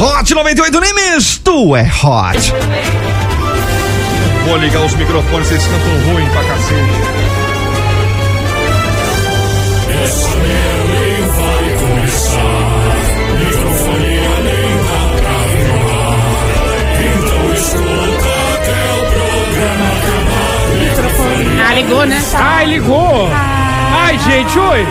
Hot 98 Nimes, tu é hot. Vou ligar os microfones, vocês cantam ruim pra cacete. Essa merda vai começar. Microfonia nem dá pra arrumar. Então escuta até o programa acabar. Microfonia. Ah, ligou, né? Ai, ligou! Ai, gente, oi!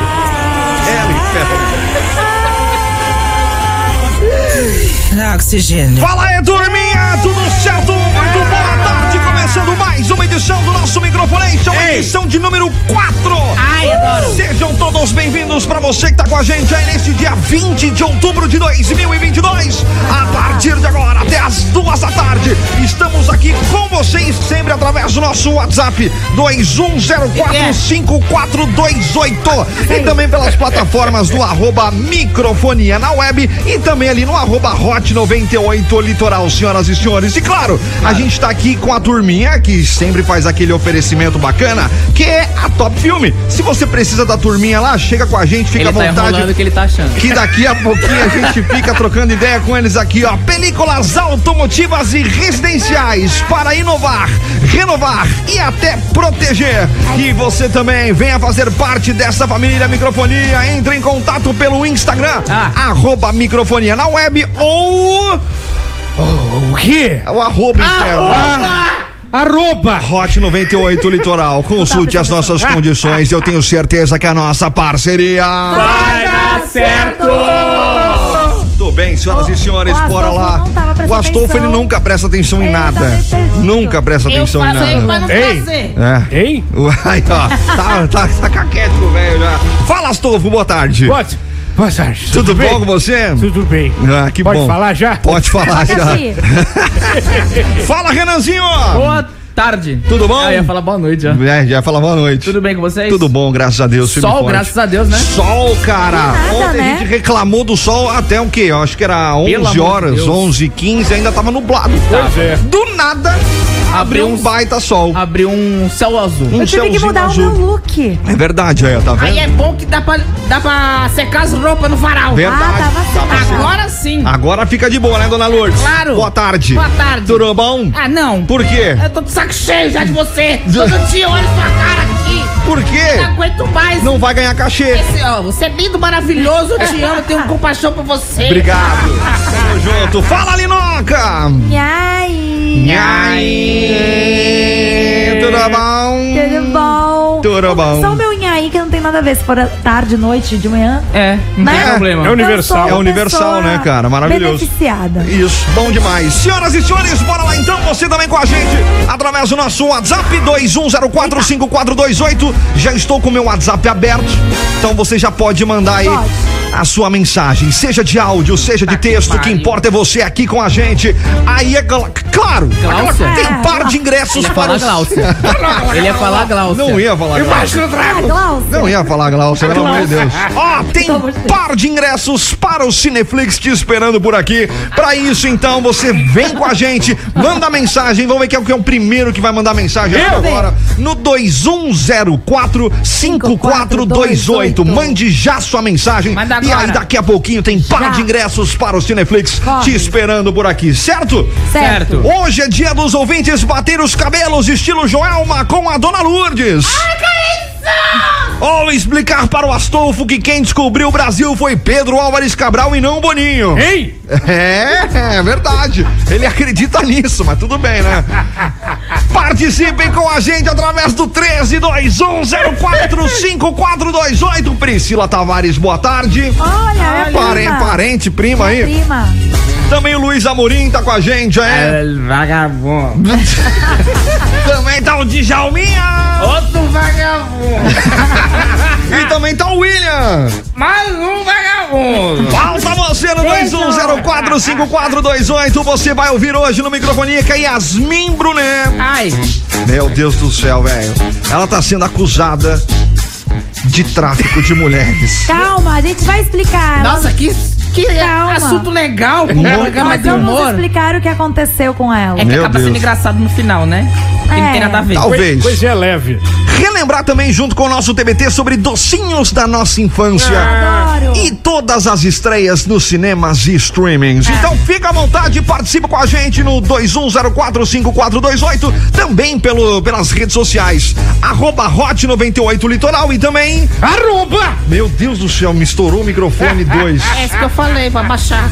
Ah, oxigênio. Fala aí, turminha, tudo certo? Muito boa tarde, começando mais uma edição do nosso Microfonation, edição de número 4. Ai, adoro. Sejam todos bem-vindos para você que tá com a gente aí neste dia 20 de outubro de 2022. A partir de agora, até as duas da tarde, estamos aqui com vocês sempre através do nosso WhatsApp 21045428 e também pelas plataformas do arroba microfonia na web e também ali no arroba hot 98 litoral, senhoras e senhores. E claro, a gente tá aqui com a turminha que sempre faz aquele oferecimento bacana, que é a Top Filme. Se você precisa da turminha lá, chega com a gente, fica à Ele tá vontade. enrolando o que ele tá achando. Que daqui a pouquinho a gente fica trocando ideia com eles aqui, ó. Películas automotivas e residenciais para inovar, renovar e até proteger. E você também venha fazer parte dessa família Microfonia. Entre em contato pelo Instagram, Ah. arroba microfonia na web ou é O quê? o arroba interno. Arroba! Hot 98 Litoral, consulte as nossas condições. Eu tenho certeza que é a nossa parceria. Vai dar certo! Muito bem, senhoras e senhores, o bora Astolfo lá. não tava prestando O Astolfo ele atenção. nunca presta atenção em Ele nada. também pergunta. Nunca presta Eu atenção em passei pra nada. não Ei. fazer. É. Hein? Aí, ó. Tá, tá, tá caquético, velho. já. Fala, Astolfo, boa tarde. Boa, boa tarde. Tudo bom com você? Tudo bem. Ah, que Pode bom. falar já? Pode falar já. Davi, Fala, Renanzinho! Boa tarde. Tudo bom? Ah, eu ia falar boa noite já. É, já fala boa noite. Tudo bem com vocês? Tudo bom, graças a Deus. firme e Sol, forte. graças a Deus, né? Sol, cara. Nada, Ontem a né? gente reclamou do sol até o quê? Eu acho que era Pelo 11 amor de horas, Deus. 11 15 ainda tava nublado. Tá. Pois é. Do nada, abriu Abriu um um- baita sol. Abriu um céu azul. Um eu tive que céuzinho mudar azul. o meu look. É verdade, aí, ó, tá Aí vendo? é bom que dá pra, dá pra secar as roupas no varal. Verdade. assim. Ah, tava certo. Agora sim. Agora fica de boa, né, dona Lourdes? Claro. Boa tarde. Boa tarde. Tudo bom? Ah, não. Por quê? Eu tô de saco cheio já de você. Todo dia eu olho sua cara aqui. Por Não quê? aguento mais. Não vai ganhar cachê. Esse, ó, você é lindo, maravilhoso. Eu te amo, eu tenho compaixão por você. Obrigado. Tamo junto. Fala, Linoca. Nhai. Nhai. Tudo bom? Tudo bom? Tudo bom. Só o meu nhai que não tem nada a ver se for tarde, noite, de manhã. É, não Né? tem problema. É Eu universal. sou uma É universal, pessoa né, cara? Maravilhoso. Beneficiada. Isso, bom demais. Senhoras e senhores, bora lá então, você também com a gente, através do nosso WhatsApp 21045428. Já estou com o meu WhatsApp aberto, então você já pode mandar aí Pode. a sua mensagem, seja de áudio, seja de texto, o que pariu. importa é você aqui com a gente. Aí é cla- claro, Gláucia? tem um É, par de ingressos Ele ia para falar os... Glaucia. Ele ia falar Glaucia. Não ia falar Glaucia. Ah, Glaucia. Não ia falar, Glaucia, pelo amor de Deus. Ó, tem Pelo amor de Deus. par de ingressos para o Cineflix te esperando por aqui. Pra isso, então, você vem com a gente, manda mensagem. Vamos ver quem é o que é o primeiro que vai mandar mensagem aqui agora. No 2104-5428. Mande já sua mensagem. Manda E aí, agora. daqui a pouquinho, tem par Já. de ingressos para o Cineflix te Corre. esperando por aqui, certo? Certo. Hoje é dia dos ouvintes bater os cabelos, estilo Joelma, com a dona Lourdes. é Ou explicar para o Astolfo que quem descobriu o Brasil foi Pedro Álvares Cabral e não o Boninho. Ei! É, é verdade. Ele acredita nisso, mas tudo bem, né? Participem com a gente através do 1321045428. Priscila Tavares, boa tarde. Olha, minha Pare- prima. parente, prima aí. Prima. Também o Luiz Amorim tá com a gente, é. Vagabundo. Também tá o Djalminha. Outro vagabundo. E também tá o William. Mais um vagabundo. Falta você no 21045428. Você vai ouvir hoje no microfone que é Yasmin Brunet. Ai, Meu Deus do céu, velho. Ela tá sendo acusada de tráfico de mulheres. Calma, a gente vai explicar. Nossa, que, que Calma. assunto legal. Um Muito. programa Nós de vamos humor. explicar o que aconteceu com ela. é que Meu acaba sendo Deus. engraçado no final, né? Ele É. tem nada a Tá ver. Talvez. Coisinha é leve. Relembrar também, junto com o nosso TBT, sobre docinhos da nossa infância. Adoro. E todas as estreias nos cinemas e streamings. Então fica à vontade e participa com a gente no 21045428, também pelo, pelas redes sociais. Arroba Hot 98 Litoral e também. Arroba! Meu Deus do céu, me estourou o microfone 2. É isso que eu Ah. falei, pra baixar.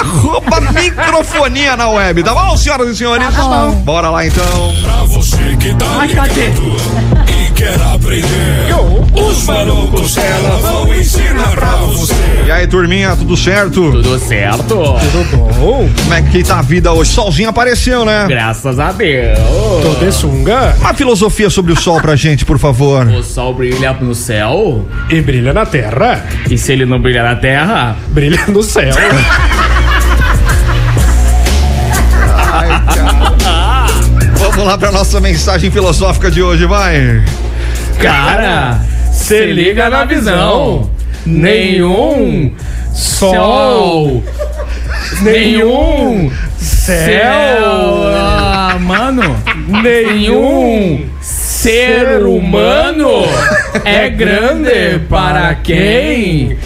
Arroba microfonia na web, tá bom, senhoras e senhores? Tá bom. Bora lá então. Pra você que tá ligado e quer aprender, os malucos dela vão ensinar pra você. E aí, turminha, tudo certo? Tudo certo? Como é que tá a vida hoje? Solzinho apareceu, né? Graças a Deus. Tô de sunga Uma filosofia sobre o sol pra gente, por favor. O sol brilha no céu e brilha na terra. e se ele não brilha na terra, Brilha no céu. Vamos lá pra nossa mensagem filosófica de hoje, vai. cara, se liga na visão. Nenhum sol, nenhum céu, Ah, mano, nenhum ser humano é grande para quem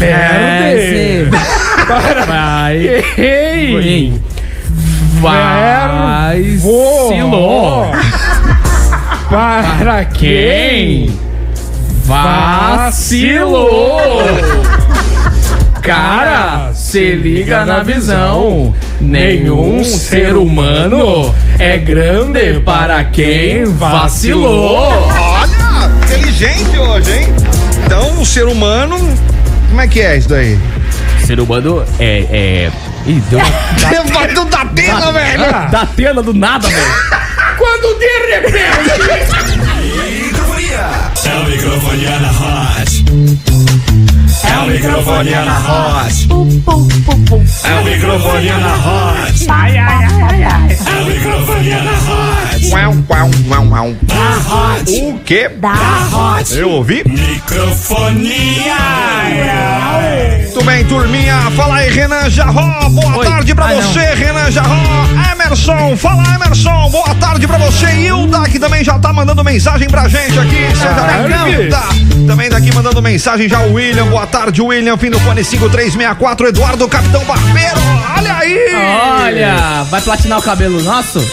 É, É perde. Vai. Ei. Vacilou. Para Quem vacilou. Cara, se liga na visão. Nenhum ser humano é grande para quem vacilou. Olha, inteligente hoje, hein? Então, o ser humano, como é que é isso daí? Ser humano é. é... Ih, deu uma... Bateu da tela, velho! da tela do nada, velho. Quando de repente. É o microfone na hot. É o microfone na hot. Pum, pum, pum, pum. É o microfone na hot. Ai, ai, ai, ai. É o microfone na hot. Uau, uau, uau, uau. Na hot. O quê? Dá. Eu ouvi? Microfonia. Muito bem, turminha. Fala aí, Renan Jarró. Boa Oi. tarde pra Ah, não. você, Renan Jarró. Emerson, fala Emerson. Boa tarde pra você. Hilda, que também já tá mandando mensagem pra gente aqui. Seja bem-vinda. Também daqui mandando mensagem já o William. Boa tarde, William. Fim do fone 5364. Eduardo, Capitão Barbeiro. Olha aí. Olha, vai platinar o cabelo nosso?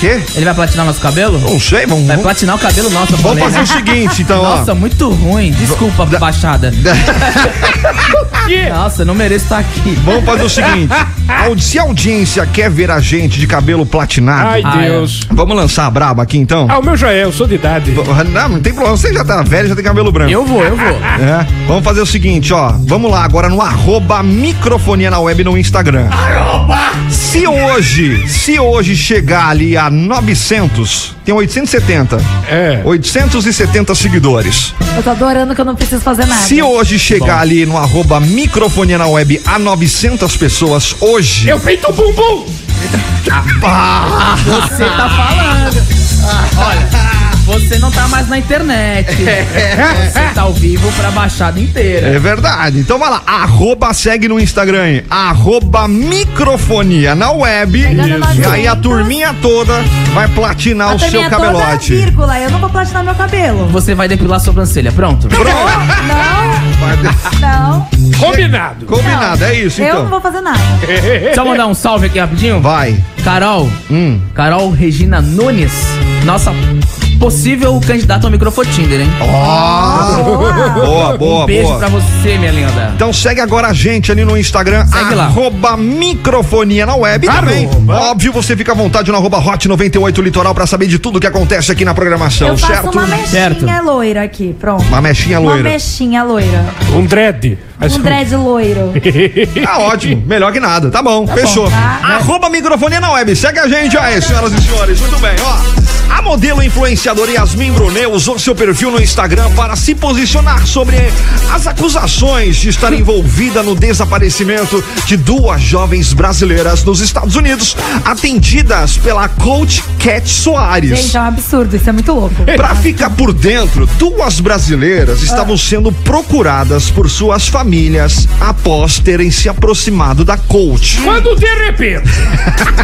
Quê? Ele vai platinar nosso cabelo? Não sei, vamos... Vai vamos- platinar o cabelo nosso, eu Vamos falei, fazer né? o seguinte, então, ó. Nossa, muito ruim. Desculpa, Baixada. Nossa, não mereço estar aqui. Vamos fazer o seguinte. Audi- Se a audiência quer ver a gente de cabelo platinado, Ai, Ah, é. Deus. vamos lançar a braba aqui, então? Ah, o meu já é, eu sou de idade. Não, não tem problema. Você já tá velho, já tem cabelo branco. Eu vou, eu vou. É. Vamos fazer o seguinte, ó. Vamos lá agora no arroba microfonia na web no Instagram. Se hoje, se hoje chegar ali a 900, tem 870. É. 870 seguidores. Eu tô adorando que eu não preciso fazer nada. Se hoje chegar ali no arroba microfonia na web a 900 pessoas hoje. Eu feito o bumbum! Você tá falando. Olha, você não tá mais na internet. É. Você tá ao vivo pra baixada inteira. É verdade. Então vai lá, arroba segue no Instagram, hein? arroba microfonia na web. Pegando Isso. E aí a 900. turminha toda vai platinar A o turminha seu toda é cabelote. vírgula, eu não vou platinar meu cabelo. Você vai depilar a sobrancelha, pronto. Não, Vai ter- não. Combinado! Combinado, é isso Então, Eu não então. vou fazer nada. Só mandar um salve aqui rapidinho. Vai. Hum. Carol, Carol Regina Nunes, nossa possível candidata ao microfotinder, hein? Ó. Boa. Um Boa, boa, Beijo boa. pra você, minha linda. Então segue agora a gente ali no Instagram, Segue lá. arroba microfonia na web e também. Óbvio, você fica à vontade no arroba hot 98 litoral pra saber de tudo que acontece aqui na programação, Eu faço Então, certo? uma mexinha Certo. loira aqui, pronto. Uma mexinha Uma loira. mexinha loira. Um dread. Mas- Um dread loiro. Tá ótimo, melhor que nada. Tá bom, fechou. tá. Arroba microfonia na web. Segue a gente aí, senhoras e senhores. Muito bem, ó. A modelo influenciadora Yasmin Brunet usou seu perfil no Instagram para se posicionar sobre as acusações de estar envolvida no desaparecimento de duas jovens brasileiras nos Estados Unidos, atendidas pela coach Cat Soares. Gente, é um absurdo, isso é muito louco. Pra ficar por dentro, duas brasileiras Ah. estavam sendo procuradas por suas famílias após terem se aproximado da coach Quando de repente.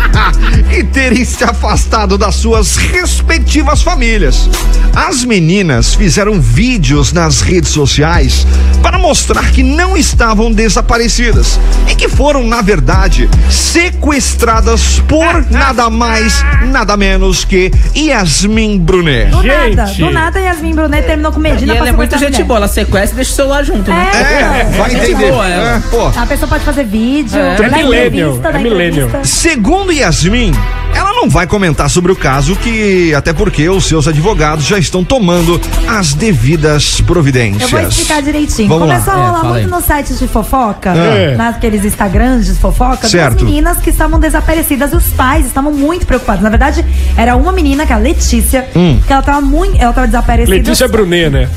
e terem se afastado das suas respectivas famílias. As meninas fizeram vídeos nas redes sociais para mostrar que não estavam desaparecidas e que foram, na verdade, sequestradas por nada mais, nada menos que Yasmin Brunet. Do nada, Gente. do nada Yasmin Brunet terminou com E Medina ela é pra muito segurar a gente mulher. boa, ela sequestra e deixa o celular junto, né? É, É, então. vai gente entender. boa ela. É, pô. A pessoa pode fazer vídeo, É. dar É millennial, entrevista, é dar millennial. entrevista. Segundo Yasmin, ela não vai comentar sobre o caso que, até porque os seus advogados já estão tomando as devidas providências. Eu vou explicar direitinho. Vamos lá. Começou É, a rolar fala muito aí. nos sites de fofoca, É. naqueles Instagrams de fofoca, Certo. duas meninas que estavam desaparecidas. Os pais estavam muito preocupados. Na verdade, era uma menina, que é a Letícia, que ela tava muito. Ela tava desaparecida. Letícia Brunet, né?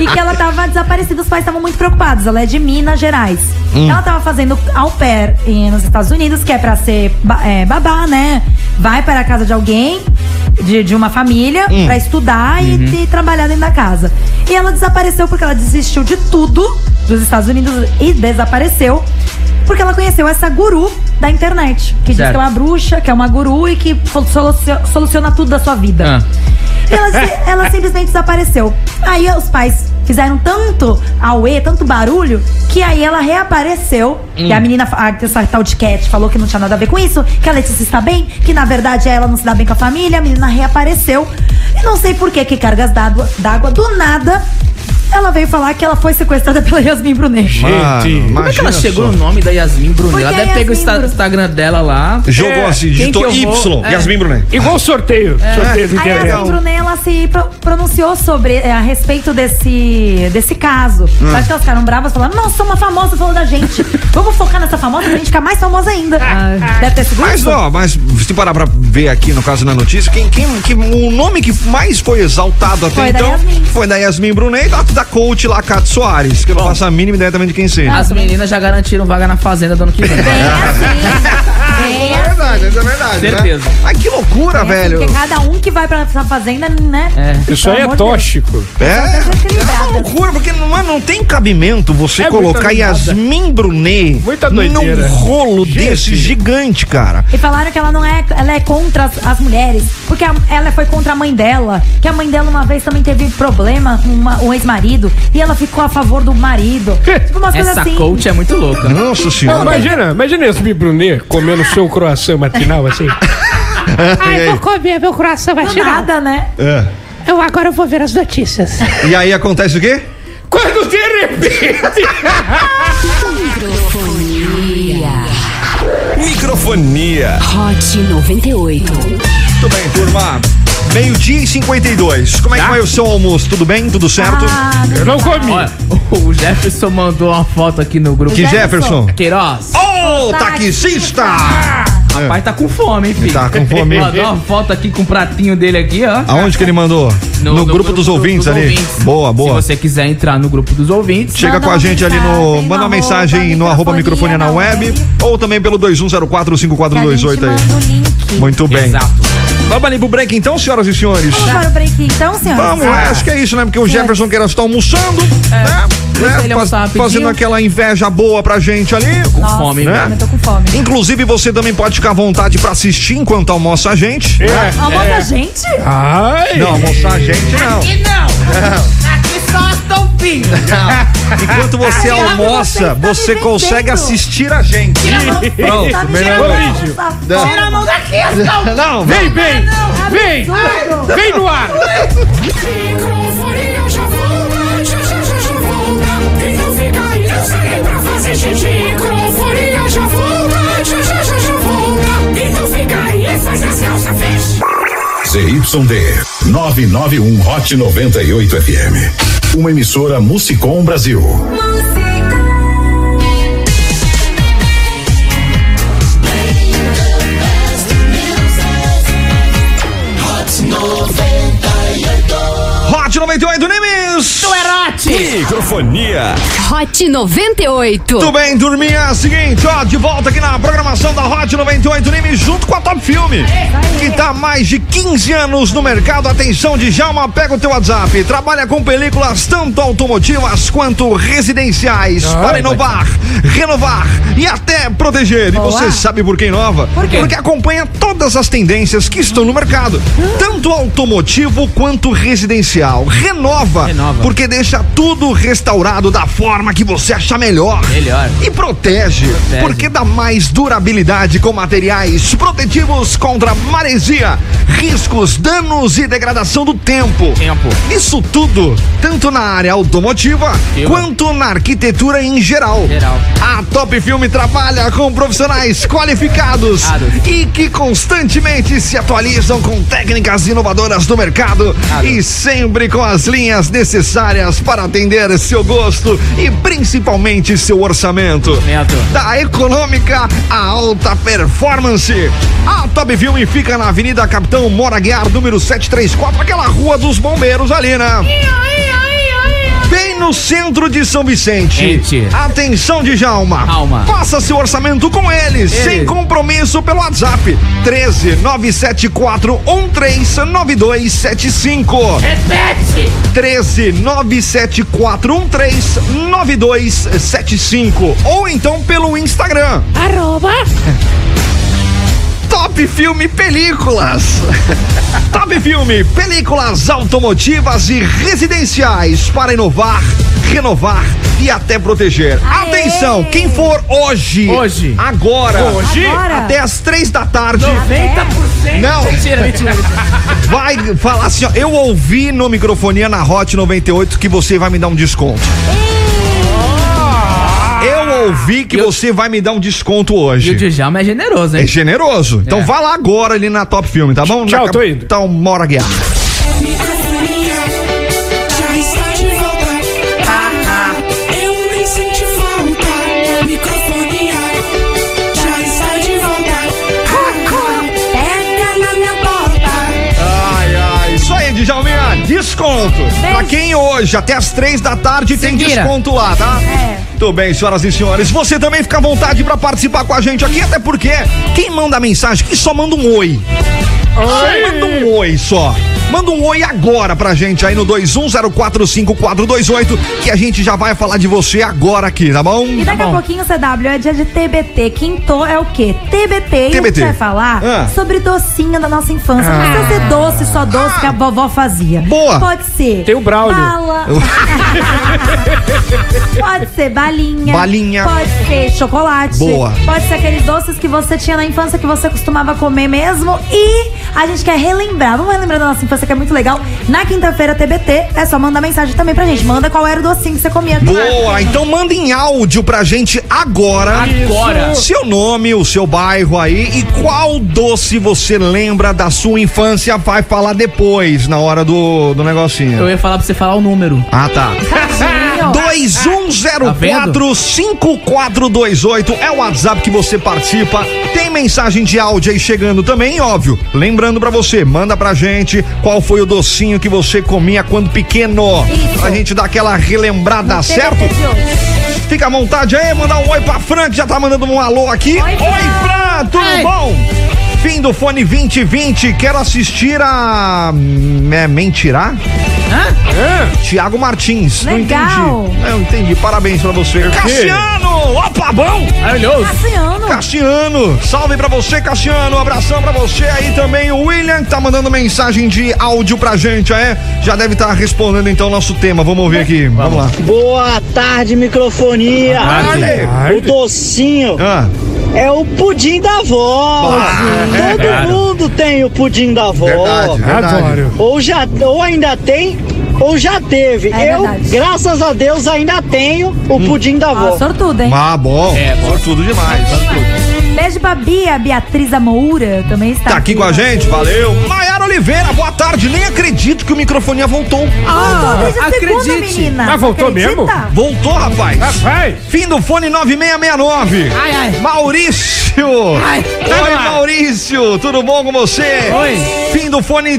e que ela tava desaparecida, os pais estavam muito preocupados. Ela é de Minas Gerais. Ela tava fazendo au pair em- nos Estados Unidos, que é pra ser ba- é, babá, né? Vai para a casa de alguém, de, de uma família, pra estudar e- e, trabalhar dentro da casa. E ela desapareceu porque ela desistiu de tudo dos Estados Unidos e desapareceu. Porque ela conheceu essa guru da internet, que diz Certo. que é uma bruxa, que é uma guru e que soluciona, soluciona tudo da sua Ah. vida. Ela, se- ela simplesmente desapareceu. Aí os pais fizeram tanto auê, tanto barulho, que aí ela reapareceu. E Hum. a menina, a, essa tal de Cat, falou que não tinha nada a ver com isso, que a Letícia está bem, que na verdade ela não se dá bem com a família. A menina reapareceu. E não sei por que, que cargas d'água, d'água do nada, ela veio falar que ela foi sequestrada pela Yasmin Brunet. Mano, Como é Gente. que imagina ela chegou só. no nome da Yasmin Brunet? Porque Ela a deve pegar o Yasmin Insta- Brunet- Instagram dela lá. Jogou assim, digitou É, que eu vou? Y, É. Yasmin Brunet. Igual sorteio. Sorteio de Aí a internet. Yasmin Brunet, ela se pro- pronunciou sobre, eh, a respeito desse, desse caso. Acho que elas ficaram bravas, falando, nossa, uma famosa falou da gente. Vamos focar nessa famosa pra gente ficar mais famosa ainda. Ah, Deve ter sido Mas, isso. ó, mas se parar pra ver aqui, no caso, na notícia, quem, quem, que, o nome que mais foi exaltado até Foi da então Yasmin. foi da Yasmin Brunet e da, da coach lá, Cat Soares, que eu não faço a mínima ideia também de quem seja. As meninas já garantiram vaga na fazenda do ano que vem. Bem assim. Bem assim. verdade, é verdade. Certeza. Né? Ai, que loucura, velho. Porque cada um que vai pra essa fazenda, né? É. Isso aí é Pelo amor de tóxico. É, Essas é uma equilibradas. loucura, porque não, não tem cabimento você É colocar muita doidada. Yasmin Brunet Muita num doideira. rolo Gente. desse gigante, cara. E falaram que ela não é, ela é contra as, as mulheres, porque a- ela foi contra a mãe dela, que a mãe dela uma vez também teve problema com uma- um ex-marido e ela ficou a favor do marido. Tipo umas coisas Essa assim. coach é muito louca. Nossa senhora. Imagina, imagina esse Brunet comendo seu croissant matinal assim. Ai, vou comer, meu coração vai Do tirar. nada, né? É. Eu agora eu vou ver as notícias. E aí acontece o quê? Quando de repente. Microfonia. Hot 98. Muito bem, turma. Meio-dia e 52. Como é Tá. que foi o seu almoço? Tudo bem? Tudo certo? Ah, Eu não comi. Olha, o Jefferson mandou uma foto aqui no grupo. que Jefferson? Jefferson. Queiroz, Ô, Tá, taxista! Ah. É. o pai tá com fome, hein, filho? Tá com fome. Mandou uma foto aqui com o pratinho dele aqui, ó. Aonde que ele mandou? No, grupo dos ouvintes ali. ouvintes. Boa, boa. Se você quiser entrar no grupo dos ouvintes, Chega Manda com a uma gente ali no. mensagem Manda uma no mensagem no arroba microfonia na web ou também pelo que a gente 21045428 aí. manda o link. Muito bem. Exato. Vamos ali pro break então, senhoras e senhores. Vamos para o break então, senhores? Vamos, acho que é isso, né? Porque o Jefferson Queiroz está almoçando, É. né? né? ele Faz- almoçar rapidinho. Fazendo aquela inveja boa pra gente ali. Nossa, fome, mano, né? Eu tô com fome. Inclusive, você também pode ficar à vontade pra assistir enquanto almoça a gente. Almoça a gente? Ai. Não, almoçar a gente não. Aqui não! Aqui só as tampinhas! Enquanto você Thiago, almoça, você está tá me você vendendo. consegue assistir a gente. Pronto, tá me melhor. gerando essa Tira a fome. mão daqui, as tampinhas! Não, Vem, vem. Vem. Absurdo. Vem no ar. Microfonia já volta, já já já já volta. Quem não fica aí, eu saí pra fazer xixi. Microfonia já volta, já já já já volta. Quem não fica aí, faz as calças, fecha. ZYD 991 Hot 98 FM. Uma emissora Musicom Brasil. Hot 98 Nimes. Do Erote. Microfonia. Hot 98. Tudo bem, turminha? Seguinte, ó, de volta aqui na programação da Hot 98 Nimes, junto com a Top Filme, que tá há mais de 15 anos no mercado. Atenção, Djalma, pega o teu WhatsApp. Trabalha com películas tanto automotivas quanto residenciais Ah, para vai inovar, renovar e até proteger. E Boa. você sabe por que inova? Por quê? Porque acompanha todas as tendências que estão no mercado, tanto automotivo quanto residencial. Renova, porque deixa tudo restaurado da forma que você achar melhor. Melhor. E protege, porque dá mais durabilidade com materiais protetivos contra maresia, riscos, danos e degradação do tempo. Tempo. Isso tudo, tanto na área automotiva quanto na arquitetura em geral. Geral. A Top Filme trabalha com profissionais qualificados e que constantemente se atualizam com técnicas inovadoras do mercado e sempre com as linhas necessárias para atender seu gosto e principalmente seu orçamento. Da econômica à alta performance. A Top Filme fica na Avenida Capitão Mora Guiar, número 734, aquela rua dos bombeiros ali, né? Bem no centro de São Vicente. Gente. Atenção, Djalma. Calma. Faça seu orçamento com eles, Eles. sem compromisso pelo WhatsApp. 13 974 139275. Repete. 13 974 139275. Ou então pelo Instagram. Arroba. Top Filme Películas. Top Filme Películas automotivas e residenciais para inovar, renovar e até proteger. Atenção, quem for hoje, hoje, agora, Hoje? Agora. até às três da tarde. 90%. Não. Mentira, mentira. Vai falar assim, ó, eu ouvi no microfonia na Hot 98 que você vai me dar um desconto. Eu ouvi que você vai me dar um desconto hoje. E o Djalma é generoso, hein? É generoso. Então vá lá agora ali na Top Filme, tá bom? Tchau, na, tô indo. Então, mora guerra. Já está de volta. Ah, ah. Eu nem senti falta. Microfonia. Já está de volta. Ah, ah. Pega na minha porta. Ai, ai. Isso aí, Djalminha, desconto. Pra quem hoje, até às três da tarde, tem desconto lá, tá? É. Tudo bem, senhoras e senhores. Você também fica à vontade pra participar com a gente aqui, até porque quem manda mensagem que só manda um oi. Só manda um oi só. Manda um oi agora pra gente aí no 21045428, que a gente já vai falar de você agora aqui, tá bom? E daqui a pouquinho, CW, é dia de TBT. Quinto é o quê? TBT. E a gente TBT. vai falar Ah. sobre docinho da nossa infância. Não precisa ser doce, só doce que a vovó fazia. Ah. Boa. Pode ser. Tem o Braulio. Bala. pode ser balinha. Balinha. Pode ser chocolate. Boa. Pode ser aqueles doces que você tinha na infância que você costumava comer mesmo. E a gente quer relembrar. Vamos relembrar da nossa infância que é muito legal. Na quinta-feira, TBT, é só mandar mensagem também pra gente. Manda qual era o docinho que você comia. Boa, então manda em áudio pra gente agora. Agora. Seu nome, o seu bairro aí e qual doce você lembra da sua infância vai falar depois, na hora do, do negocinho. Eu ia falar pra você falar o número. Ah, tá. Tadinho. 2104-5428 é o WhatsApp que você participa. Tem mensagem de áudio aí chegando também, óbvio. Lembrando pra você, manda pra gente qual foi o docinho que você comia quando pequeno. Pra gente dar aquela relembrada, certo? Fica à vontade aí, mandar um oi pra Fran, que já tá mandando um alô aqui. Oi, Fran, tudo bom? Fim do fone 2020, quero assistir a. hum, É, Mentirá? Hã? Tiago Martins. Não Legal. entendi. Eu entendi. Parabéns pra você. Cassiano! Opa, bom! Maravilhoso! Tá Cassiano! Cassiano! Salve pra você, Cassiano! Um abração pra você aí também. O William que tá mandando mensagem de áudio pra gente, é? Já deve estar respondendo então o nosso tema. Vamos ouvir aqui. Vamos lá. Boa tarde, microfonia. Ah. Boa tarde. O docinho é o pudim da avó. Ah, é, Todo cara. mundo tem o pudim da avó. Verdade, verdade. Adoro. Ou, já, ou ainda tem, ou já teve. É Eu, verdade. graças a Deus, ainda tenho o pudim da avó. Ah, sortudo, hein? Ah, bom. É, bom. Sortudo demais. Beijo pra Bia, Beatriz Amoura também está Tá aqui com a gente, valeu. Maiara Oliveira, boa tarde. Nem acredito que o microfone voltou. Ah, Voltou desde a segunda, acredite. menina. Ah, voltou Acredita? mesmo? Voltou, rapaz. Rapaz. Fim do fone 9669. Ai, ai. Maurício. Ai. Oi, Maurício. Maurício, tudo bom com você? Oi. Fim do fone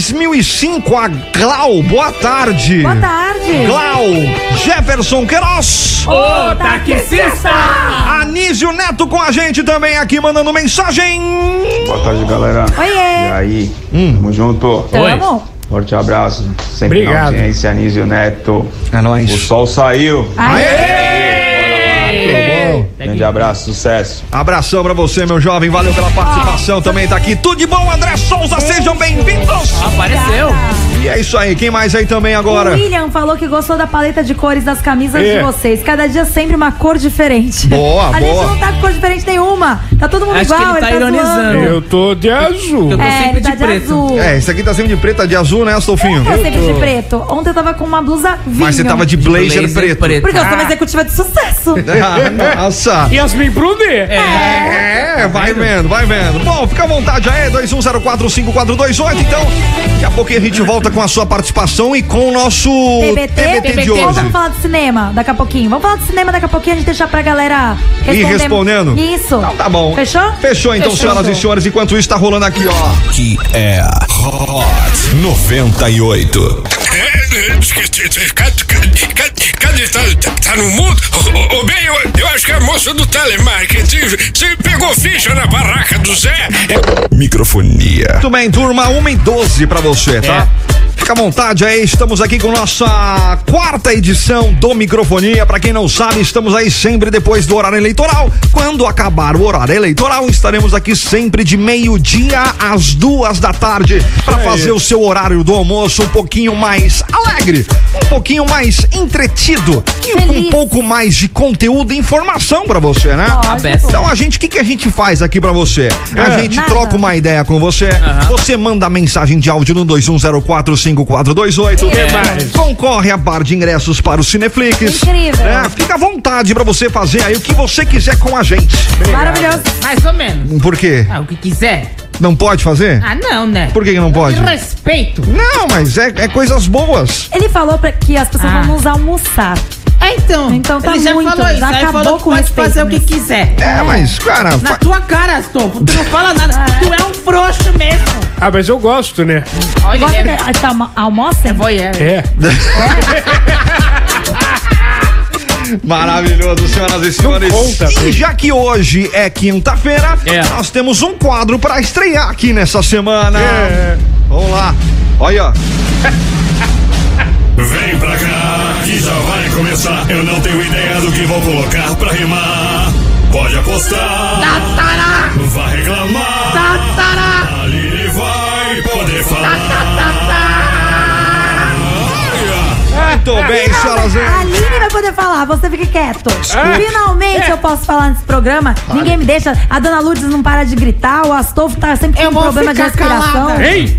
3005, a Glau, boa tarde. Boa tarde. Glau, Jefferson Queiroz. Ô, tá taxista! Anísio Neto com a gente também aqui, mandando mensagem. Boa tarde, galera. Oiê. E aí? Tamo junto. Tamo. Forte abraço. Sempre Obrigado. na audiência, Anísio Neto. É nóis. O sol saiu. Tudo bom? Grande abraço, sucesso. Abração pra você, meu jovem. Valeu pela participação também. Tá aqui tudo de bom, André Souza. Sejam bem-vindos. Apareceu. E é isso aí. Quem mais aí também agora? O William falou que gostou da paleta de cores das camisas É. de vocês. Cada dia sempre uma cor diferente. Boa, A boa. gente não tá com cor diferente nenhuma. Tá todo mundo igual, zoando. Eu tô de azul. Eu tô É, sempre ele de tá de preto. azul. É, esse aqui tá sempre de preto, tá de azul, né, Astolfinho? Eu sempre de preto. Ontem eu tava com uma blusa vinho. Mas você tava de blazer, preto. Porque eu sou uma executiva de sucesso. Ah, nossa. Yasmin Brunet. É. é, vai vendo, vai vendo. Bom, fica à vontade aí, 21045428. Então, daqui a pouquinho a gente volta com a sua participação e com o nosso TBT, de Ou hoje. vamos falar de cinema daqui a pouquinho. Vamos falar de cinema daqui a pouquinho, a gente deixa pra galera responder. E respondendo? Isso. Então Tá bom. Fechou? Fechou então, Fechou. senhoras e senhores. Enquanto isso, tá rolando aqui, ó. Que é Hot 98. Cadê? Tá, tá- tá no mundo? Ô, ô, ô, bem, eu, eu acho que é a moça do telemarketing se pegou ficha na barraca do Zé. Microfonia. Muito bem, turma, 1 e 12 pra você, tá? Fica à vontade aí, estamos aqui com nossa quarta edição do Microfonia. Pra quem não sabe, estamos aí sempre depois do horário eleitoral. Quando acabar o horário eleitoral, estaremos aqui sempre de meio-dia às duas da tarde pra fazer o seu horário do almoço um pouquinho mais alegre, um pouquinho mais entretido e com um pouco mais de conteúdo e informação pra você, né? Então a gente, o que, que a gente faz aqui pra você? A É. gente Nada. troca uma ideia com você. Você manda mensagem de áudio no 21045428. Que mais? Concorre a bar de ingressos para o Cineflix. Incrível. É, fica à vontade pra você fazer aí o que você quiser com a gente. Maravilhoso. Mais ou menos. Por quê? Ah, o que quiser. Não pode fazer? Ah, não, né? Por que, que não pode? Me Respeito. Não, mas é, é coisas boas. Ele falou pra que as pessoas Ah. vão nos almoçar. É, então. Então tá Ele já muito. falou isso, já aí acabou falou que com o pode respeito fazer o que nisso. quiser. É, mas, cara, Na fa- tua cara, Astolfo, tu não fala nada. Ah, Tu é um frouxo mesmo. Ah, mas eu gosto, né? Olha, Gosta ele de- de almo- almoça? É voyeur. É. Maravilhoso, senhoras e senhores. e já que hoje é quinta-feira, nós temos um quadro pra estrear aqui nessa semana. É. Vamos lá. Olha, ó. Vem pra cá, que já vai começar. Eu não tenho ideia do que vou colocar pra rimar. Pode apostar. Tatará! Não vá reclamar. Tatará! Aline vai poder Muito É. bem, senhoras e A Aline vai poder falar, você fica quieto. É. Finalmente É. eu posso falar nesse programa. Ninguém me deixa. A dona Lourdes não para de gritar, o Astolfo tá sempre com um problema de respiração. Ei!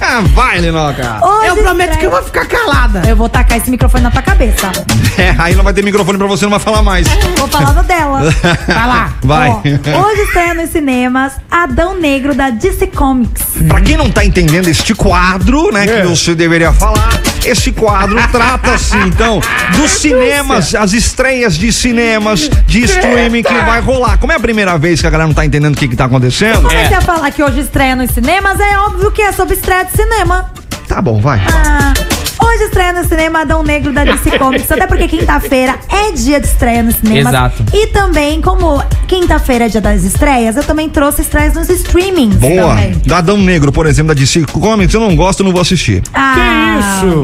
É, Vai, Linoca. eu prometo que eu vou ficar calada. Eu vou tacar esse microfone na tua cabeça. É, aí não vai ter microfone pra você, não vai falar mais. Vou falar no dela. Vai lá. Vai. Ó, hoje estreia nos cinemas Adão Negro da DC Comics. Pra quem não tá entendendo este quadro, né, que você deveria falar, esse quadro trata-se, então, dos cinemas, as estreias de cinemas, de streaming que vai rolar. Como é a primeira vez que a galera não tá entendendo o que que tá acontecendo? Comecei a falar que hoje estreia nos cinemas, é óbvio que é sobre estreia de cinema. Tá bom, vai. Ah, hoje estreia no cinema Adão Negro da DC Comics, até porque quinta-feira é dia de estreia nos cinemas. Exato. E também, como quinta-feira é dia das estreias, eu também trouxe estreias nos streamings Boa. também. Da Adão Negro, por exemplo, da DC Comics, eu não gosto, eu não vou assistir. Ah,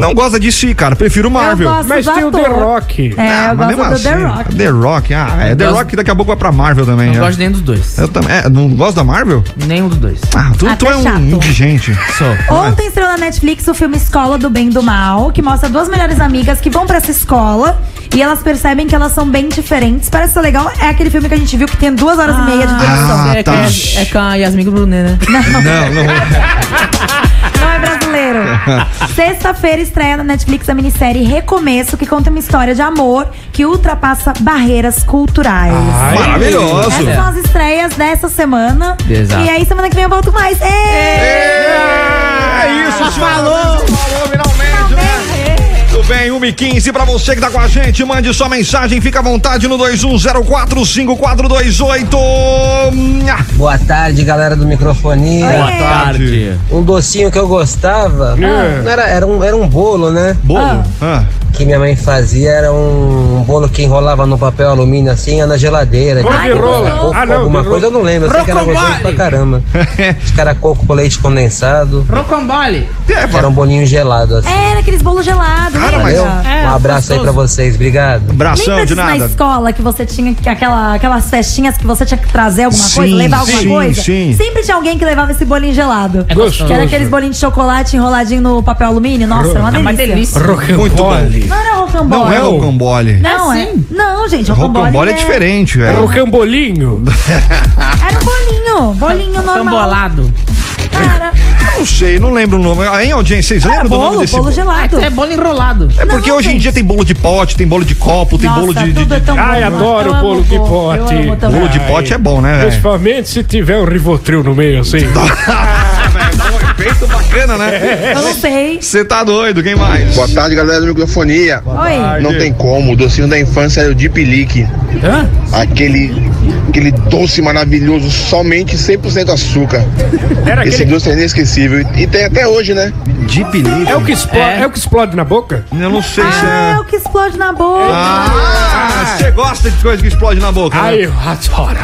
Não gosta de si, cara. Prefiro Marvel. Ah, gosto Mas do tem o The ator. Rock. É, eu mas gosto mesmo assim, do The Rock. The Rock, ah, é The gosto- Rock daqui a pouco vai pra Marvel também. Não né? gosto nem dos dois. Eu também. é, não gosto da Marvel? Nenhum dos dois. Ah, tu, tu Até é chato. um indigente. Só. Ontem estreou na Netflix o filme Escola do Bem e do Mal, que mostra duas melhores amigas que vão pra essa escola e elas percebem que elas são bem diferentes. Parece ser legal. É aquele filme que a gente viu que tem duas horas e meia de duração. Ah, é, tá. com a- é com a Yasmin Brunet, né? Não, Não, não. não é brasileiro. Sexta-feira estreia na Netflix a minissérie Recomeço, que conta uma história de amor que ultrapassa barreiras culturais. Ah. Ai, maravilhoso. Essas são as estreias dessa semana. Exato. E aí, semana que vem eu volto mais. Ei! É isso, senhoras e senhores, falou finalmente, né? Muito bem, 1 e 15 pra você que tá com a gente. Mande sua mensagem, fica à vontade no 21045428. Boa tarde, galera do microfonia. Boa Oi. tarde. Um docinho que eu gostava. É. Ah. não era, era, um, era um bolo, né? Bolo? Que minha mãe fazia era um, bolo que enrolava no papel alumínio assim, ia na geladeira. Bolo de rola. Coco, Ah, não, alguma de coisa, eu não lembro. Eu sei que era Rocambole. gostoso pra caramba. Ah. Os caras coco com leite condensado. Rocambole. Era um bolinho gelado assim. Era aqueles É, bolos gelados. né? É. Cara, mas- um abraço aí pra vocês, obrigado. Lembra disso na escola que você tinha que- aquela, aquelas festinhas que você tinha que trazer alguma Sim, coisa, levar alguma sim, coisa? sim. Sempre tinha alguém que levava esse bolinho gelado. É gostoso. Que era aqueles bolinhos de chocolate enroladinho no papel alumínio. Nossa, era uma delícia. Muito bom. Não era rocambole. Não é rocambole. Não, é. Não, gente, rocambole. Rocambole é diferente, velho. Rocambolinho. Era um bolinho, bolinho normal. Não sei, não lembro o nome. Em audiência, vocês lembram do nome desse Ah, bolo? gelado. É bolo enrolado. É porque hoje em dia tem bolo de pote, tem bolo de copo, tem bolo de. é de, de... Ai, adoro o bolo de pote. Bolo de pote é bom, né, velho? Principalmente se tiver um Rivotril no meio, assim. um Efeito bacana, né? Eu não sei. Você tá doido, quem mais? Boa tarde, galera do microfonia. Oi. Não tem como, o docinho da infância era o de pilique. Aquele, aquele doce maravilhoso, somente 100% açúcar. Era Esse aquele- doce é inesquecível e tem até hoje, né? De pilique? É o que explode, é. o que explode na boca? Eu não sei se É o que explode na boca. Ah, Você gosta de coisa que explode na boca, Ai, né? eu adoro.